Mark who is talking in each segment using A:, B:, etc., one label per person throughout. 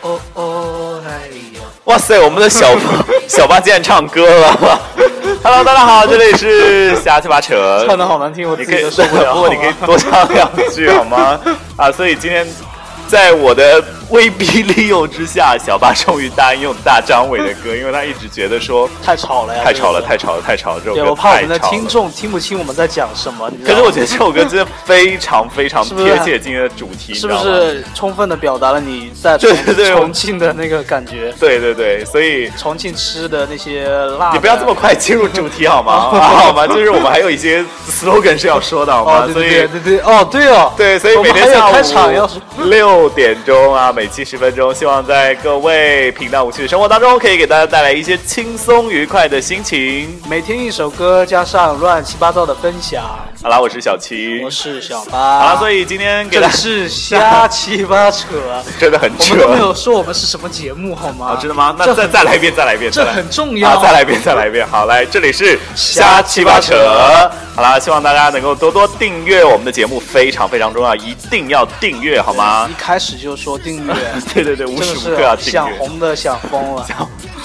A: 哦哦，哎呦，
B: 哇塞，我们的小 小八竟然唱歌了。Hello，大家好，这里是瞎七八扯，
A: 唱的好难听，我
B: 你
A: 自
B: 可
A: 己
B: 以
A: 都受不了。
B: 不过你可以多唱两句 好吗？啊，所以今天在我的威逼利诱之下，小八终于答应用大张伟的歌，因为他一直觉得说
A: 太吵了呀，
B: 太吵了，
A: 这
B: 太
A: 个
B: 吵了，太吵了，这首
A: 对，
B: 歌
A: 我怕我
B: 太
A: 们的
B: 吵
A: 听
B: 了。
A: 众听不清我们在讲什么。你知道吗
B: 可是我觉得这首歌真的非常非常
A: 是不是
B: 贴切今天的主题，
A: 是不
B: 你知道吗？
A: 是充分的表达了你在重
B: 对对对我
A: 重庆的那个感觉？
B: 对对对，所以
A: 重庆吃的那些辣的，
B: 你不要这么快进入主题 好吗？
A: 哦
B: 啊好吗？就是我们还有一些 slogan 是要说的好吗？
A: 哦，对
B: 所以
A: 对对对对，哦对哦，
B: 对，所以每天
A: 我们还
B: 下
A: 有开场要是
B: 午 六点钟啊，每期十分钟，希望在各位平淡无趣的生活当中，可以给大家带来一些轻松愉快的心情。
A: 每天一首歌加上乱七八糟的分享。
B: 好啦，我是小七
A: 我。是啊小八，
B: 好啦，所以今天给
A: 这
B: 大
A: 里
B: 家
A: 是瞎七八扯，啊
B: 真的很
A: 我们都没
B: 扯
A: 有说我们是什么节目好吗？
B: 啊，真的吗？那
A: 这
B: 再
A: 很
B: 再来一遍，再来一遍，
A: 这
B: 再来
A: 很重要
B: 啊，再来一遍， 再来一遍。好，来，这里是瞎七八扯。好啦，希望大家能够多多订阅我们的节目，非常非常重要，一定要订阅好吗
A: 一？开始就说订阅，
B: 对对对， 无
A: 真
B: 时
A: 的
B: 无刻要
A: 是
B: 订
A: 想
B: 阅。
A: 红的想疯了。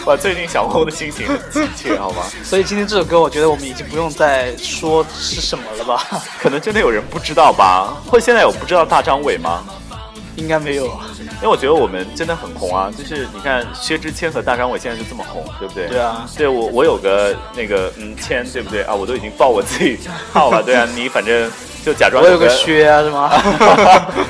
B: 哇，最近小红的心情很急切，好吗？
A: 所以今天这首歌，我觉得我们已经不用再说是什么了吧？
B: 可能真的有人不知道吧？会现在有不知道大张伟吗？
A: 应该没有。
B: 因为我觉得我们真的很红啊，就是你看薛之谦和大张伟现在就这么红，对不对？
A: 对啊，
B: 对我我有个那个嗯谦，对不对啊？我都已经报我自己号了，对啊，你反正就假装
A: 我有个
B: 薛。
A: 薛啊，是 吗？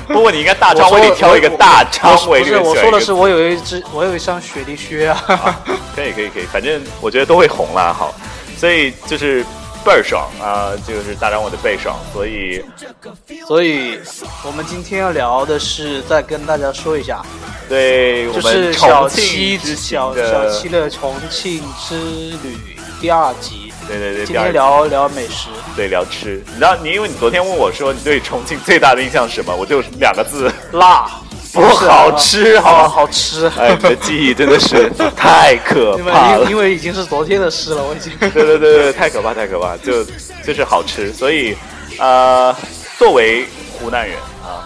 B: 不过你应该大张伟里挑一个大张伟
A: 不
B: 里
A: 是，
B: 面
A: 我
B: 选
A: 说
B: 一
A: 的
B: 个
A: 是我有一只，我有一双雪地靴啊。
B: 可以可以可以，反正我觉得都会红啦，好，所以就是倍儿爽啊、就是大张伟的倍爽，所以
A: 所以，我们今天要聊的是，再跟大家说一下，
B: 对我
A: 就是
B: 们
A: 小
B: 重
A: 七
B: 庆
A: 之
B: 之
A: 小
B: 行
A: 小
B: 的
A: 七的重庆之旅第二集，
B: 对对对，
A: 今
B: 第二
A: 天
B: 集
A: 聊聊美食，
B: 对聊吃，你知道你因为你昨天问我说你对重庆最大的印象是什么，我就两个字，
A: 辣啊
B: 不好吃，好
A: 好
B: 好。
A: 好吃。
B: 哎，你的记忆真 的是太可
A: 因为
B: 怕了
A: 因。因为已经是昨天的事了，我已 经。
B: 对对对对，太可怕太可怕，就就是好吃，所以呃，作为湖南人啊，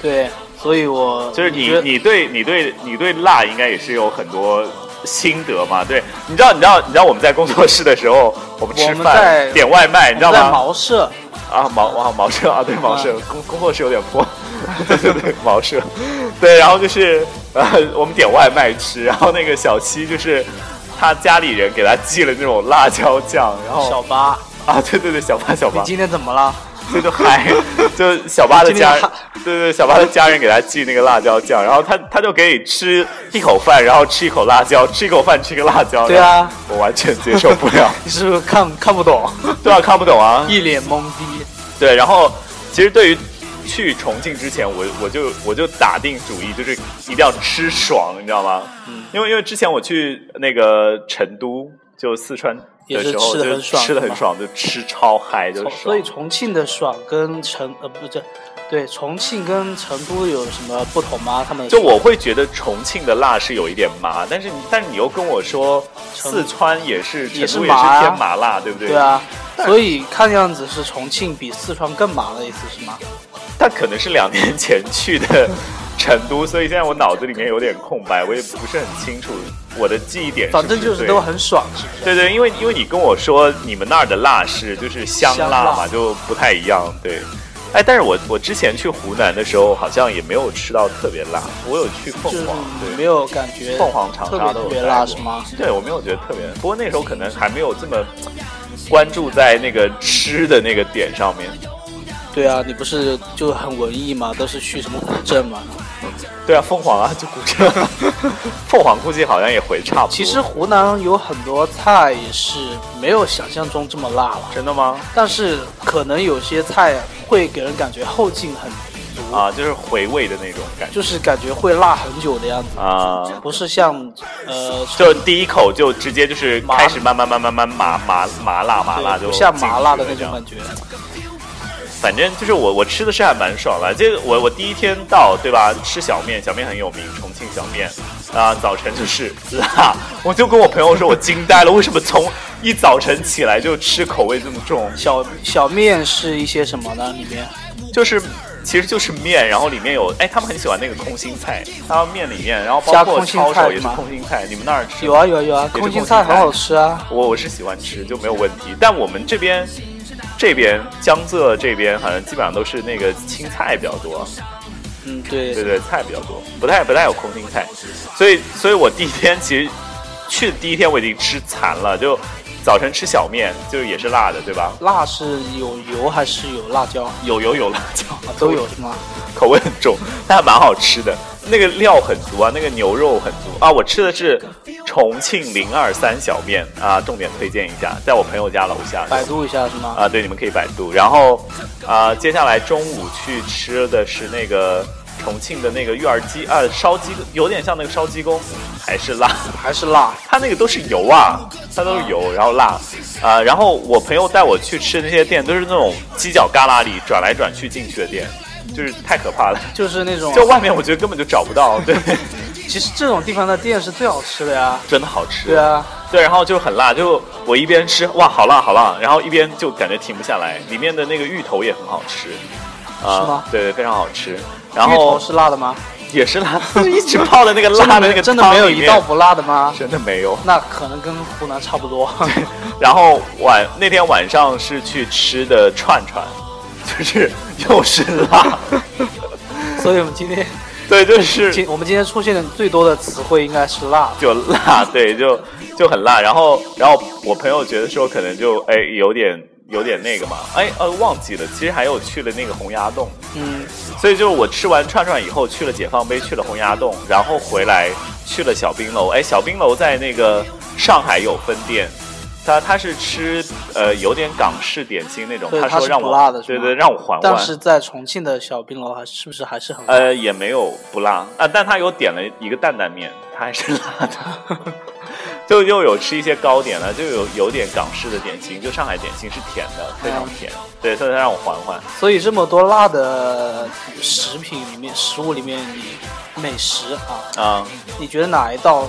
A: 对，所以我
B: 就是
A: 你
B: 你
A: 觉得
B: 你对你对你对辣应该也是有很多心得嘛？对，你知道你知道你知道我们在工作室的 时候，我们
A: 我
B: 吃
A: 们在
B: 饭点外卖，你知道
A: 在
B: 吗？
A: 茅舍，
B: 啊毛啊毛社啊，对毛社工工作室有点破， 对对对毛社，对，然后就是呃我们点外卖吃，然后那个小七就是。他家里人给他寄了那种辣椒酱，然后
A: 小八，
B: 啊，对对对，小八小
A: 你
B: 八，
A: 今天怎么了？
B: 这就嗨，就小八的家
A: 今天，
B: 对对，小八的家人给他寄那个辣椒酱，然后他他就给你吃一口饭，然后吃一口辣椒，吃一口饭吃一个辣椒，
A: 对啊，
B: 我完全接受不了，
A: 你是不是看看不懂，
B: 对啊，看不懂啊，
A: 一脸懵逼？
B: 对，然后其实对于去重庆之前，我我就我就打定主意，就是一定要吃爽，你知道吗？
A: 嗯
B: 因为因为之前我去那个成都，就四川
A: 也
B: 的
A: 是
B: 时候，
A: 吃得很
B: 就
A: 爽
B: 吃的
A: 是吗
B: 很爽，就吃超嗨，就
A: 重
B: 爽。
A: 所以重庆的爽跟成呃不对，对重庆跟成都有什么不同吗？他们
B: 就我会觉得重庆的辣是有一点麻，但是你但是你又跟我说
A: 成
B: 四川也是
A: 也是
B: 成都也
A: 麻啊
B: 是偏麻辣，对不对？
A: 对，啊，所以看样子是重庆比四川更麻的意思是吗？
B: 他可能是两年前去的成都， 所以现在我脑子里面有点空白，我也不是很清楚我的记忆点不
A: 反正就是
B: 对
A: 都很爽，是不是？
B: 对对，因为因为你跟我说你们那儿的辣是就是香
A: 香
B: 辣
A: 辣
B: 嘛，就不太一样，对。哎，但是我我之前去湖南的时候，好像也没有吃到特别辣，我有去凤
A: 就是
B: 凰，对。
A: 没有感觉
B: 凤凰长
A: 特
B: 沙
A: 别
B: 都
A: 特
B: 有
A: 别
B: 带
A: 辣
B: 过
A: 是吗？
B: 对，我没有觉得特别，不过那时候可能还没有这么关注在那个吃的那个点上面。
A: 对啊，你不是就很文艺嘛，都是去什么古镇嘛。
B: 对啊，凤凰啊，就古镇， 凤凰估计好像也回差不多。
A: 其实湖南有很多菜也是没有想象中这么辣了，
B: 真的吗？
A: 但是可能有些菜会给人感觉后劲很足，
B: 啊，就是回味的那种感觉
A: 就是感觉会辣很久的样子，
B: 啊，
A: 不是像呃
B: 就第一口就直接就是
A: 麻
B: 开始慢慢慢慢慢麻麻麻辣麻辣
A: 对
B: 就
A: 不像
B: 进
A: 麻
B: 去
A: 辣
B: 了
A: 的那
B: 这样
A: 种感觉。
B: 反正就是我我吃的是还蛮爽的，这个我我第一天到对吧，吃小面，小面很有名，重庆小面啊、早晨就是辣， 我就跟我朋友说，我惊呆了，为什么从一早晨起来就吃口味这么重？
A: 小小面是一些什么呢？里面
B: 就是其实就是面，然后里面有哎，他们很喜欢那个空心菜，他们面里面，然后
A: 加
B: 包括
A: 空心
B: 抄
A: 菜
B: 手也是
A: 吗
B: 空心菜，你们那儿吃
A: 有啊有啊有啊，
B: 也是
A: 空心
B: 空
A: 菜
B: 心
A: 很
B: 菜
A: 好吃啊。
B: 我我是喜欢吃，就没有问题。但我们这边这边江浙这边好像基本上都是那个青菜比较多，
A: 嗯，
B: 对
A: 对，
B: 对，菜比较多，不太不太有空心菜。所以所以我第一天其实去的第一天我已经吃残了，就早晨吃小面，就是也是辣的，对吧？
A: 辣是有油还是有辣椒啊？
B: 有油有辣椒
A: 啊都有是吗？
B: 口味很重，但还蛮好吃的。那个料很足啊，那个牛肉很足啊。我吃的是重庆零二三小面啊，重点推荐一下，在我朋友家楼下。
A: 百度一下是吗？
B: 啊，对，你们可以百度。然后，啊、接下来中午去吃的是那个重庆的那个芋儿鸡啊，烧鸡，有点像那个烧鸡公，还是辣，
A: 还是辣？
B: 它那个都是油啊，它都是油，然后辣，啊、然后我朋友带我去吃的那些店都是那种犄角旮旯里转来转去进去的店，就是太可怕了。
A: 就是那种，
B: 就外面我觉得根本就找不到，对，
A: 其实这种地方的店是最好吃的呀。
B: 真的好吃。
A: 对啊，
B: 对，然后就很辣，就我一边吃，哇，好辣好辣，然后一边就感觉停不下来，里面的那个芋头也很好吃，啊、
A: 是吗
B: 对对，非常好吃。然
A: 芋头
B: 后
A: 是辣的吗？
B: 也是辣， 一直泡在那个辣的那个
A: 真的没有
B: 汤里
A: 一
B: 面
A: 道，不辣的吗？
B: 真的没有。
A: 那可能跟湖南差不多。
B: 然后晚那天晚上是去吃的串串，就是 又是辣，
A: 所以我们今天
B: 对，就是
A: 今我们今天出现的最多的词汇应该是辣。
B: 就辣，对，就就很辣。然后，然后我朋友觉得说可能就哎有点有点那个嘛，哎呃忘记了，其实还有去了那个洪崖洞，
A: 嗯，
B: 所以就是我吃完串串以后去了解放碑，去了洪崖洞，然后回来去了小冰楼。哎，小冰楼在那个上海有分店。他他是吃呃有点港式点心那种，
A: 对
B: 他
A: 它
B: 说
A: 是
B: 让
A: 不
B: 我
A: 辣的是
B: 对
A: 吗
B: 对让我缓
A: 但
B: 缓，
A: 是在重庆的小冰楼还是不是还是很辣？
B: 呃也没有不辣啊、但他有点了一个担担面，他还是辣的。 就又有吃一些糕点了，就有有点港式的点心，就上海点心是甜的，非
A: 嗯
B: 常甜。对，所以他让我缓缓。
A: 所以这么多辣的食品里面，食物里面，你美食啊，
B: 啊、
A: 你觉得哪一道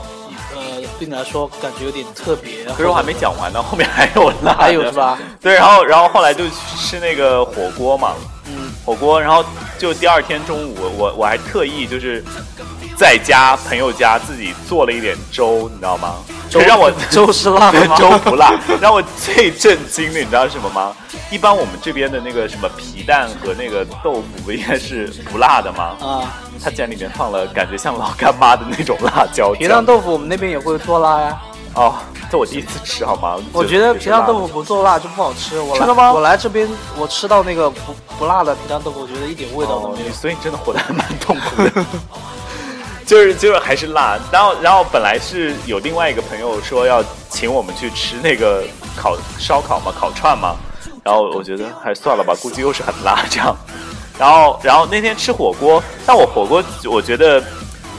A: 呃对你来说感觉有点特别？
B: 可是我还没讲完呢，后面还有辣的，
A: 还有是吧？
B: 对，然后然后后来就去吃那个火锅嘛，
A: 嗯，
B: 火锅，然后就第二天中午，我我还特意就是在家朋友家自己做了一点粥，你知道吗？
A: 粥
B: 让我
A: 粥是辣的吗？
B: 粥不辣，让我最震惊的，你知道是什么吗？一般我们这边的那个什么皮蛋和那个豆腐不应该是不辣的吗？
A: 啊，
B: 它竟然里面放了感觉像老干妈的那种辣椒
A: 皮蛋
B: 酱。
A: 豆腐我们那边也会做辣呀。
B: 哦，这我第一次吃好吗？
A: 我觉得皮蛋豆腐
B: 腐
A: 不做辣就不好吃。我来
B: 真的吗
A: 我来这边，我吃到那个不不辣的皮蛋豆腐，我觉得一点味道都
B: 哦
A: 没有。
B: 所以你真的活得还蛮痛苦的。 就是就是还是辣，然后然后本来是有另外一个朋友说要请我们去吃那个烤烧烤嘛，烤串嘛，然后我觉得还算了吧，估计又是很辣这样。然后然后那天吃火锅，但我火锅我觉得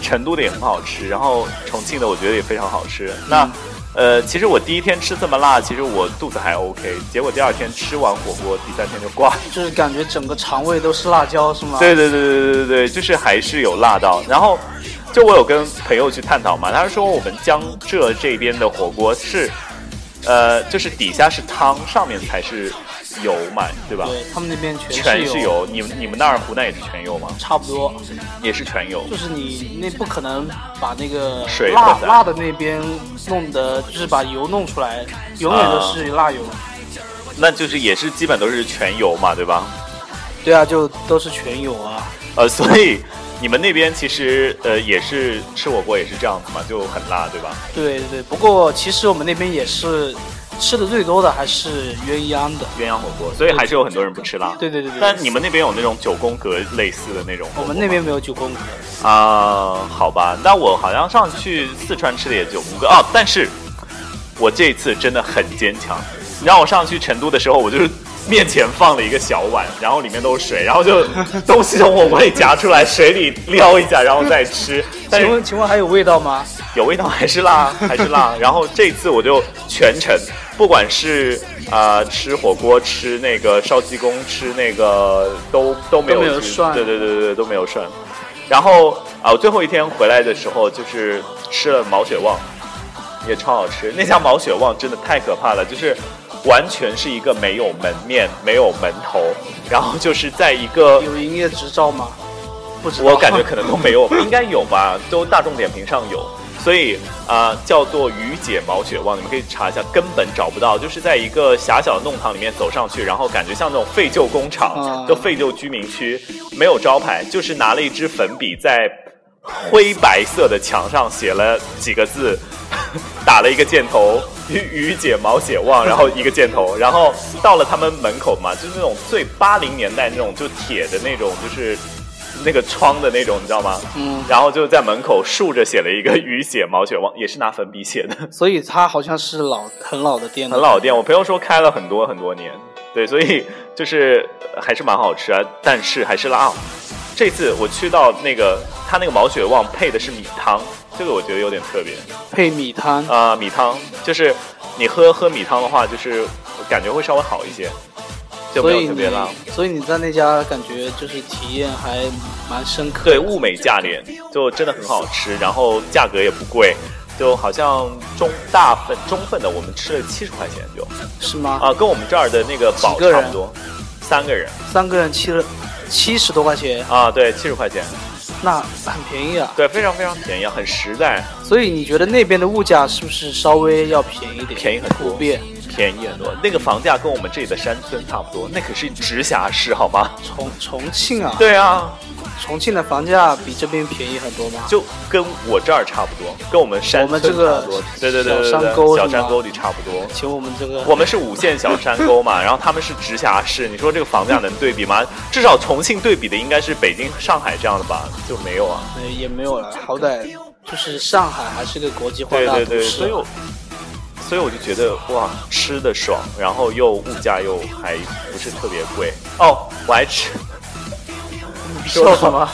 B: 成都的也很好吃，然后重庆的我觉得也非常好吃。那
A: 嗯
B: 呃，其实我第一天吃这么辣，其实我肚子还 OK，结果第二天吃完火锅，第三天就挂了。
A: 就是感觉整个肠胃都是辣椒，是吗？
B: 对对对对对对对，就是还是有辣到。然后，就我有跟朋友去探讨嘛，他说我们江浙这边的火锅是，呃，就是底下是汤，上面才是油嘛，对吧？
A: 对，他们那边全
B: 全是
A: 油，
B: 油，你们你们那儿湖南也是全油吗？
A: 差不多。
B: 也是全油。
A: 就是你那不可能把那个
B: 水
A: 辣
B: 混在
A: 辣的那边弄的，就是把油弄出来，永远都是辣油。
B: 那就是也是基本都是全油嘛，对吧？
A: 对啊，就都是全油啊。
B: 呃， 所以你们那边其实呃也是吃火锅也是这样子嘛，就很辣，对吧？
A: 对对对，不过其实我们那边也是吃的最多的还是鸳鸯的。
B: 鸳鸯火锅，所以还是有很多人不吃辣。
A: 对对对对。
B: 但你们那边有那种九宫格类似的那种
A: 我
B: 火锅吗？
A: 们那边没有九宫格，
B: 啊、好吧，那我好像上次去四川吃的也九宫格啊，但是我这次真的很坚强。你让我上去成都的时候，我就是面前放了一个小碗，然后里面都是水，然后就东西从火锅里夹出来，水里撩一下，然后再吃。但
A: 请
B: 是
A: 问请问还有味道吗？
B: 有味道还 是辣，还是辣。然后这次我就全程，不管是啊、呃吃火锅、吃那个烧鸡公、吃那个都都没有
A: 都没有
B: 去
A: 涮
B: 对对对对对都没有涮。然后啊，我最后一天回来的时候就是吃了毛血旺，也超好吃。那家毛血旺真的太可怕了，就是完全是一个没有门面、没有门头，然后就是在一个
A: 有营业执照吗？不知道，
B: 我感觉可能都没有，应该有吧，都大众点评上有。所以啊、叫做雨姐毛血旺，你们可以查一下，根本找不到，就是在一个狭小的弄堂里面走上去，然后感觉像那种废旧工厂
A: 啊、
B: 就废旧居民区，没有招牌，就是拿了一支粉笔在灰白色的墙上写了几个字， 打了一个箭头，雨雨姐毛血旺，然后一个箭头，然后到了他们门口嘛，就是那种最八零年代那种就铁的那种，就是那个窗的那种，你知道吗？
A: 嗯，
B: 然后就在门口竖着写了一个“雨血毛血旺”，也是拿粉笔写的，
A: 所以它好像是老很老的店，
B: 很老店。我朋友说开了很多很多年，对，所以就是呃还是蛮好吃啊，但是还是辣哦。这次我去到那个他那个毛血旺配的是米汤，这个我觉得有点特别
A: 配米汤，
B: 啊、米汤就是你喝喝米汤的话，就是感觉会稍微好一些，就
A: 所
B: 没有
A: 以
B: 特别辣。
A: 你所以你在那家感觉就是体验还蛮深刻的。
B: 对，物美价廉，就真的很好吃，然后价格也不贵，就好像中大份中份的，我们吃了七十块钱就
A: 是吗？
B: 啊，跟我们这儿的那个宝
A: 几个
B: 差
A: 人
B: 不多，三个人
A: 三个人七十七十多块钱，
B: 啊，对，七十块钱，
A: 那很便宜啊。
B: 对，非常非常便宜，很实在，
A: 所以你觉得那边的物价是不是稍微要便宜一点？
B: 便宜很多
A: 普遍，
B: 便宜很多。那个房价跟我们这里的山村差不多，那可是直辖市 好吗？
A: 重重庆啊，
B: 对啊，
A: 重庆的房价比这边便宜很多吗？
B: 就跟我这儿差不多，跟我们山
A: 我
B: 村
A: 们
B: 差
A: 这
B: 不
A: 个
B: 多，对对对对对，
A: 小山沟
B: 小
A: 是
B: 山
A: 吗
B: 沟里差不多。
A: 请我们这个
B: 我们是五线小山沟嘛，然后他们是直辖市，你说这个房价能对比吗？至少重庆对比的应该是北京、上海这样的吧，就没有啊。
A: 呃也没有了，好歹就是上海还是个国际化
B: 对
A: 大都
B: 对
A: 市，
B: 对，所以我所以我就觉得哇，吃的爽，然后又物价又还不是特别贵哦，我 还吃。
A: 说
B: 说
A: 什么？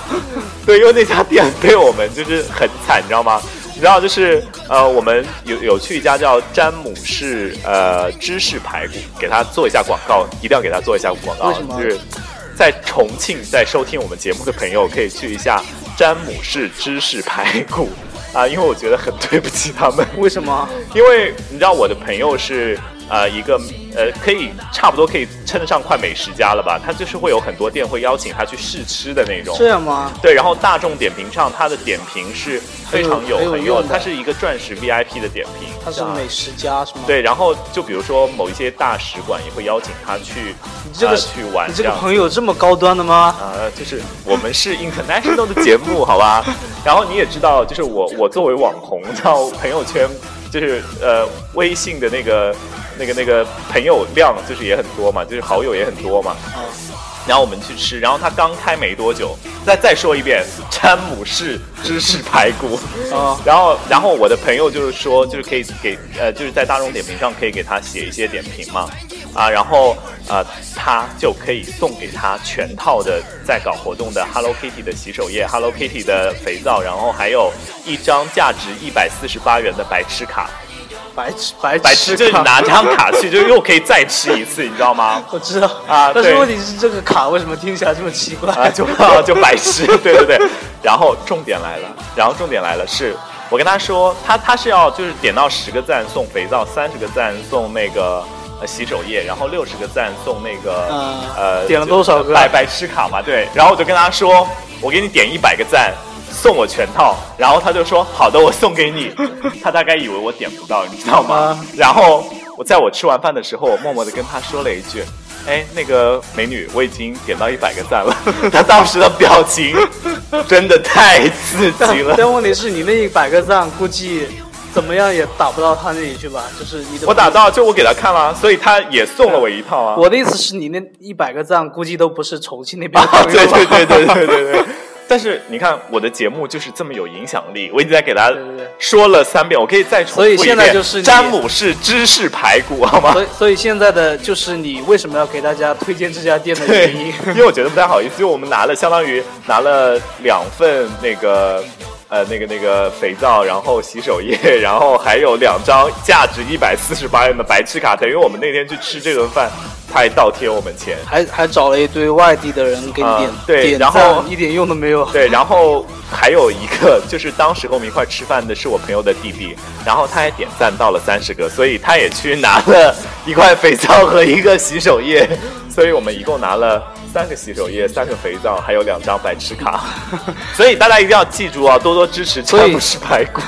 B: 对，因为那家店对我们就是很惨，你知道吗？你知道就是呃，我们有有去一家叫詹姆士呃芝士排骨，给他做一下广告，一定要给他做一下广告
A: 为什，么
B: 就是在重庆在收听我们节目的朋友可以去一下詹姆士芝士排骨啊、因为我觉得很对不起他们，
A: 为什么？
B: 因为你知道我的朋友是呃一个呃可以差不多可以称得上快美食家了吧，他就是会有很多店会邀请他去试吃的那种。
A: 这样吗？
B: 对，然后大众点评上它的点评是非常
A: 很有
B: 有很
A: 很有
B: 有，
A: 用的
B: 它是一个钻石 VIP 的点评。
A: 他是美食家是吗？，
B: 对，然后就比如说某一些大使馆也会邀请他去，
A: 你这个
B: 呃、去玩
A: 你这
B: 这
A: 个
B: 样。
A: 朋友这么高端的吗？
B: 呃，就是我们是 international 的节目，好吧？然后你也知道，就是我我作为网红，到朋友圈就是呃微信的那个那个那个朋友量就是也很多嘛，就是好友也很多嘛。
A: 啊，
B: 然后我们去吃，然后他刚开没多久，再再说一遍，詹姆士芝士排骨。
A: 哦
B: 然后然后我的朋友就是说，就是可以给呃，就是在大众点评上可以给他写一些点评嘛，啊，然后呃，他就可以送给他全套的在搞活动的 Hello Kitty 的洗手液、Hello Kitty 的肥皂，然后还有一张价值一百四十八元的白痴卡，
A: 白痴白
B: 白痴就是
A: 卡
B: 拿这张卡去，就又可以再吃一次，你知道吗？
A: 我知道
B: 啊
A: 但是
B: 对
A: 问题是这个卡为什么听起来这么奇怪？
B: 啊，就就白痴，对对对。然后重点来了，然后重点来了，是我跟他说，他他是要就是点到十个赞送肥皂，三十个赞送那个。呃洗手液，然后六十个赞送那个、
A: 嗯
B: 呃，
A: 点了多少个
B: 白白痴卡嘛？对，然后我就跟他说，我给你点一百个赞，送我全套。然后他就说好的，我送给你。 他大概以为我点不到，你知道吗
A: 啊？
B: 然后我在我吃完饭的时候，我默默的跟他说了一句：“哎，那个美女，我已经点到一百个赞了。” 他当时的表情真的太刺 激
A: 但
B: 了。
A: 但问题是你那一百个赞估计怎么样也打不到他那里去吧？就是你的
B: 我打，到就我给他看了，所以他也送了我一套啊。
A: 我的意思是你那一百个赞估计都不是重庆那边的
B: 啊，
A: 朋友
B: 对
A: 吧
B: 对对对对对 对。但是你看，我的节目就是这么有影响力，我已经在给大家
A: 对对对
B: 说了三遍，我可以再重复
A: 所以
B: 一遍。
A: 现在就是你
B: 詹姆士芝士排骨， 好吗
A: 所？以所以现在的就是你为什么要给大家推荐这家店的
B: 对
A: 原因，
B: 因为我觉得不太好意思，因为我们拿了相当于拿了两份那个呃那个那个肥皂，然后洗手液，然后还有两张价值一百四十八元的白痴卡，等于我们那天去吃这顿饭，还倒贴我们钱。
A: 还还找了一堆外地的人给你点、
B: 嗯对
A: 点
B: 然后
A: 赞一点用都没有。
B: 对，然后还有一个就是当时跟我们一块吃饭的是我朋友的弟弟，然后他也点赞到了三十个，所以他也去拿了一块肥皂和一个洗手液，所以我们一共拿了三个洗手液、三个肥皂，还有两张白痴卡。 所以大家一定要记住啊，多多支持
A: 所以
B: 詹姆士排骨，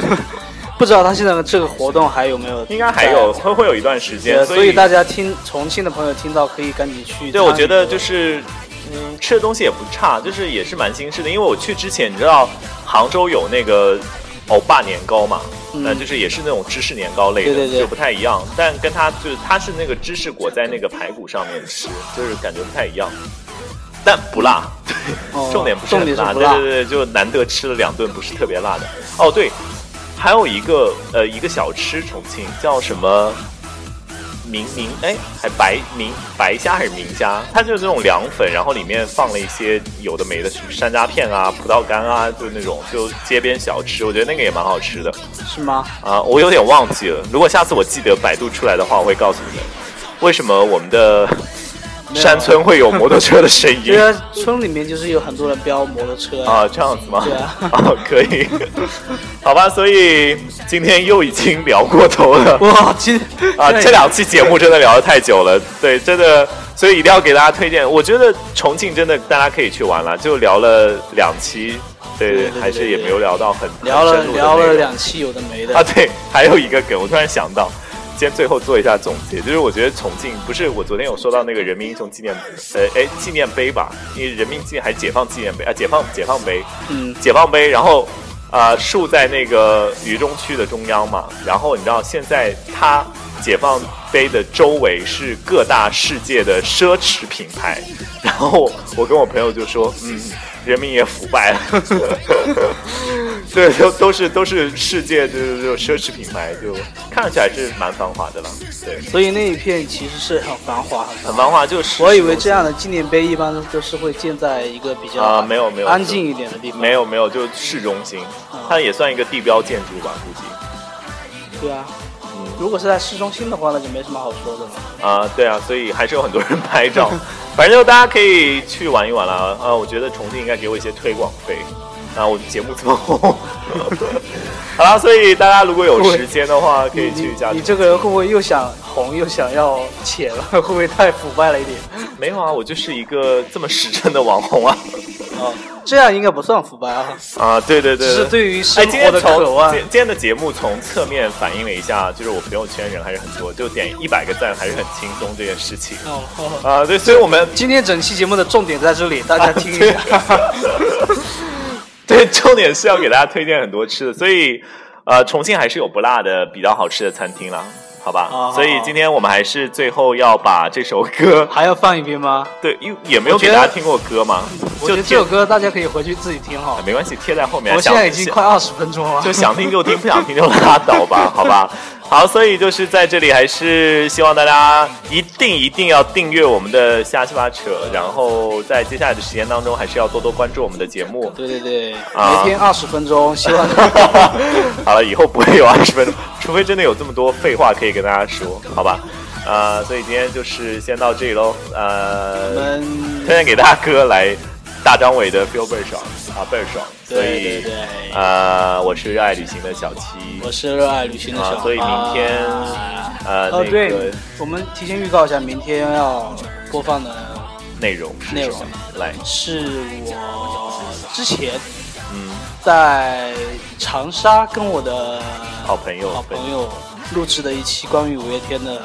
A: 不知道他现在的这个活动还有没有？
B: 应该还有会会有一段时间，
A: 对，所以大
B: 家
A: 家听重庆的朋友听到可以赶紧去。
B: 对我觉得就。是。嗯，吃的东西也不差，就是也是蛮新式的。因为我去之前，你知道杭州有那个欧巴年糕嘛，
A: 嗯
B: 那就是也是那种芝士年糕类的，
A: 对对对
B: 就不太一样。但跟它就是它是那个芝士裹在那个排骨上面吃，就是感觉不太一样。但不辣，
A: 哦
B: 重点不是
A: 重点
B: 很
A: 是
B: 辣，
A: 不辣
B: 对对对，就难得吃了两顿不是特别辣的。哦对，还有一个呃一个小吃，重庆叫什么？明明哎，还白明白虾还是明虾？它就是那种凉粉，然后里面放了一些有的没的，什么山楂片啊、葡萄干啊，就那种就街边小吃，我觉得那个也蛮好吃的。
A: 是吗？
B: 啊，我有点忘记了。如果下次我记得百度出来的话，我会告诉你们为什么我们的
A: 没有
B: 山村会有摩托车的声
A: 因
B: 音
A: 为啊村里面就是有很多人飙摩托车呀
B: 啊，这样子吗？
A: 对啊
B: 哦，可以，好吧。所以今天又已经聊过头了
A: 哇，今
B: 啊，这两期节目真的聊得太久了，对，真的。所以一定要给大家推荐，我觉得重庆真的大家可以去玩了，就聊了两期，对，
A: 对对对
B: 还是也
A: 对
B: 没有聊到很很
A: 聊了
B: 深入的
A: 聊
B: 内
A: 了
B: 容
A: 两期有的没的
B: 啊，，对，还有一个梗，我突然想到，今天最后做一下总结，就是我觉得重庆不是我昨天有说到那个人民英雄纪念，呃，哎，纪念碑吧，因为人民纪还解放纪念碑啊，解放解放碑，
A: 嗯，
B: 解放碑，然后啊、呃竖在那个渝中区的中央嘛，然后你知道现在它解放碑的周围是各大世界的奢侈品牌，然后我跟我朋友就说，嗯， 人民也腐败了， 对，都都是都是世界就是这种奢侈品牌，就看起来是蛮繁华的了，对，
A: 所以那一片其实是很繁华，很繁
B: 很
A: 华。
B: 繁华就是。
A: 我以为这样的纪念碑一般都是会建在一个比较
B: 啊没有没有
A: 安静一点的地方，
B: 没有没有，就市中心，它也算一个地标建筑吧，估计。
A: 对啊。
B: 嗯
A: 如果是在市中心的话，那就没什么好说的了。
B: 啊，对啊，所以还是有很多人拍照。反正就大家可以去玩一玩啦。啊，我觉得重庆应该给我一些推广费。啊，我节目这么红， 好啦，所以大家如果有时间的话，可以去一下
A: 你。你这个人会不会又想红又想要 钱了？会不会太腐败了一点？
B: 没有啊，我就是一个这么实诚的网红啊。
A: 哦，这样应该不算腐败啊，
B: 啊，对对对，
A: 只是
B: 对
A: 对于生
B: 哎，今
A: 活
B: 天
A: 的
B: 从
A: 渴望
B: 今。今天的节目从侧面反映了一下，就是我朋友圈人还是很多，就点一百个赞还是很轻松这件事情。
A: 哦哦
B: 啊，对，所以我们
A: 今天整期节目的重点在这里，大
B: 啊
A: 家听一下。
B: 对，重点是要给大家推荐很多吃的，所以呃，重庆还是有不辣的比较好吃的餐厅啦，好吧？
A: 啊好好
B: 所以今天我们还是最后要把这首歌，
A: 还要放一遍吗？
B: 对，因为也没有
A: 我觉
B: 给
A: 得
B: 大家听过歌嘛，
A: 我
B: 就
A: 觉得这
B: 贴
A: 首歌大家可以回去自己听哈
B: 啊。没关系，贴在后面。
A: 我现
B: 想
A: 在已经
B: 想
A: 快二十分钟了
B: 就。想听就听，不想听就拉倒吧，好吧。好，所以就是在这里，还是希望大家一定一定要订阅我们的瞎七八扯，然后在接下来的时间当中，还是要多多关注我们的节目。
A: 对对对，
B: 啊
A: 每天二十分钟，希望
B: 好了，以后不会有二十分钟， 除非真的有这么多废话可以跟大家说，好吧？呃，所以今天就是先到这里喽。
A: 我
B: 呃，
A: 们
B: 推荐给大家歌来大张伟的《Feel 倍儿爽》啊，倍儿爽。所
A: 对对哦
B: 以
A: 对，
B: 呃，我是热爱旅行的小七，
A: 我是热爱旅行的小
B: 啊
A: 花。
B: 所以明天呃
A: 哦
B: 那
A: 对
B: 个，
A: 我们提前预告一下，明天要播放的
B: 内容是
A: 内
B: 什
A: 容
B: 么？来，
A: 是我之前
B: 嗯，
A: 在长沙跟我的
B: 好朋友
A: 好朋友录制的一期关于五月天的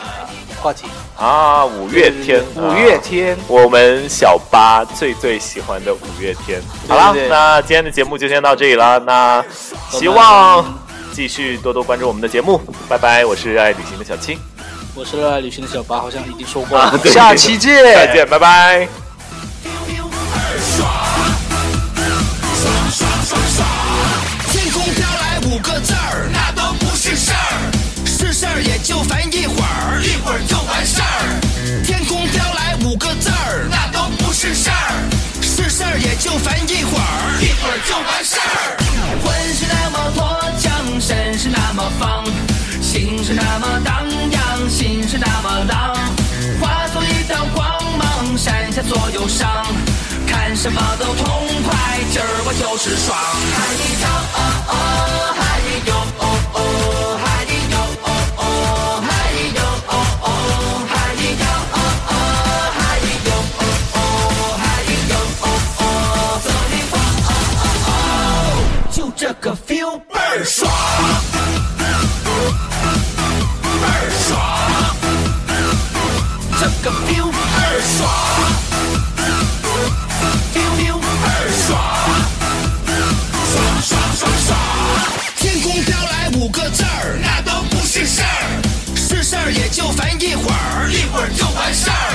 A: 话题。
B: 啊，五月天，
A: 五
B: 啊
A: 月天，
B: 我们小八最最喜欢的五月天。好啦
A: 对对，
B: 那今天的节目就先到这里啦。那希望继续多多关注我们的节目。拜拜，我是爱旅行的小青，
A: 我是热爱旅行的小八，好像已经说过了。
B: 啊对
A: 下期见，
B: 再见，拜拜。
C: 天空飘来五个字儿，那都不是事儿，是事儿也就烦一会儿，一会儿就完事儿。天空飘来五个字儿，那都不是事儿，是事儿也就烦一会儿，一会儿就完事儿。魂是那么脱缰，身是那么放，心是那么荡漾，心是那么浪，化作一道光。所有伤，看什么都痛快，今儿我就是爽。嗨哟哦哦，嗨哟哦哦，嗨哟哦哦，嗨哟哦哦，嗨哟哦哦，嗨哟哦哦，嗨哟哦哦，走你我哦哦哦，就这个 feel 倍儿爽，倍儿爽。这个 feel 二爽，feel feel 二爽，爽爽爽爽。天空飘来五个字儿，那都不是事儿，是事儿也就烦一会儿，一会儿就完事儿。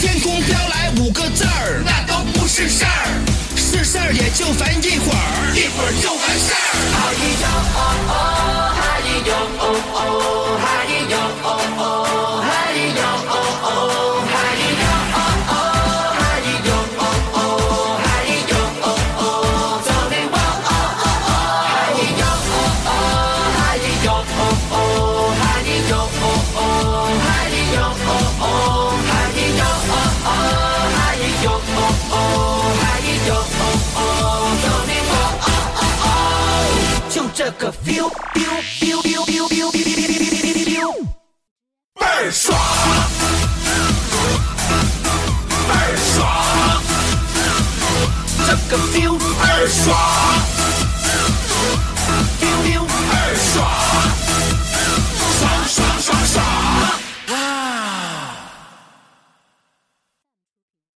C: 天空飘来五个字儿，那都不是事儿，是事儿也就烦一会儿，一会儿就完事儿。嗨哟哦哦，嗨哟哦哦，嗨哟哦哦，嗨哟哦哦，嗨哟哦哦，嗨哟哦哦，嗨哟哦哦，走你我哦哦哦，嗨哟哦哦，嗨哟哦哦，嗨哟哦哦，嗨哟哦哦，嗨哟哦哦，嗨哟哦哦，嗨哟哦哦，走你我哦哦哦，就这个 feel。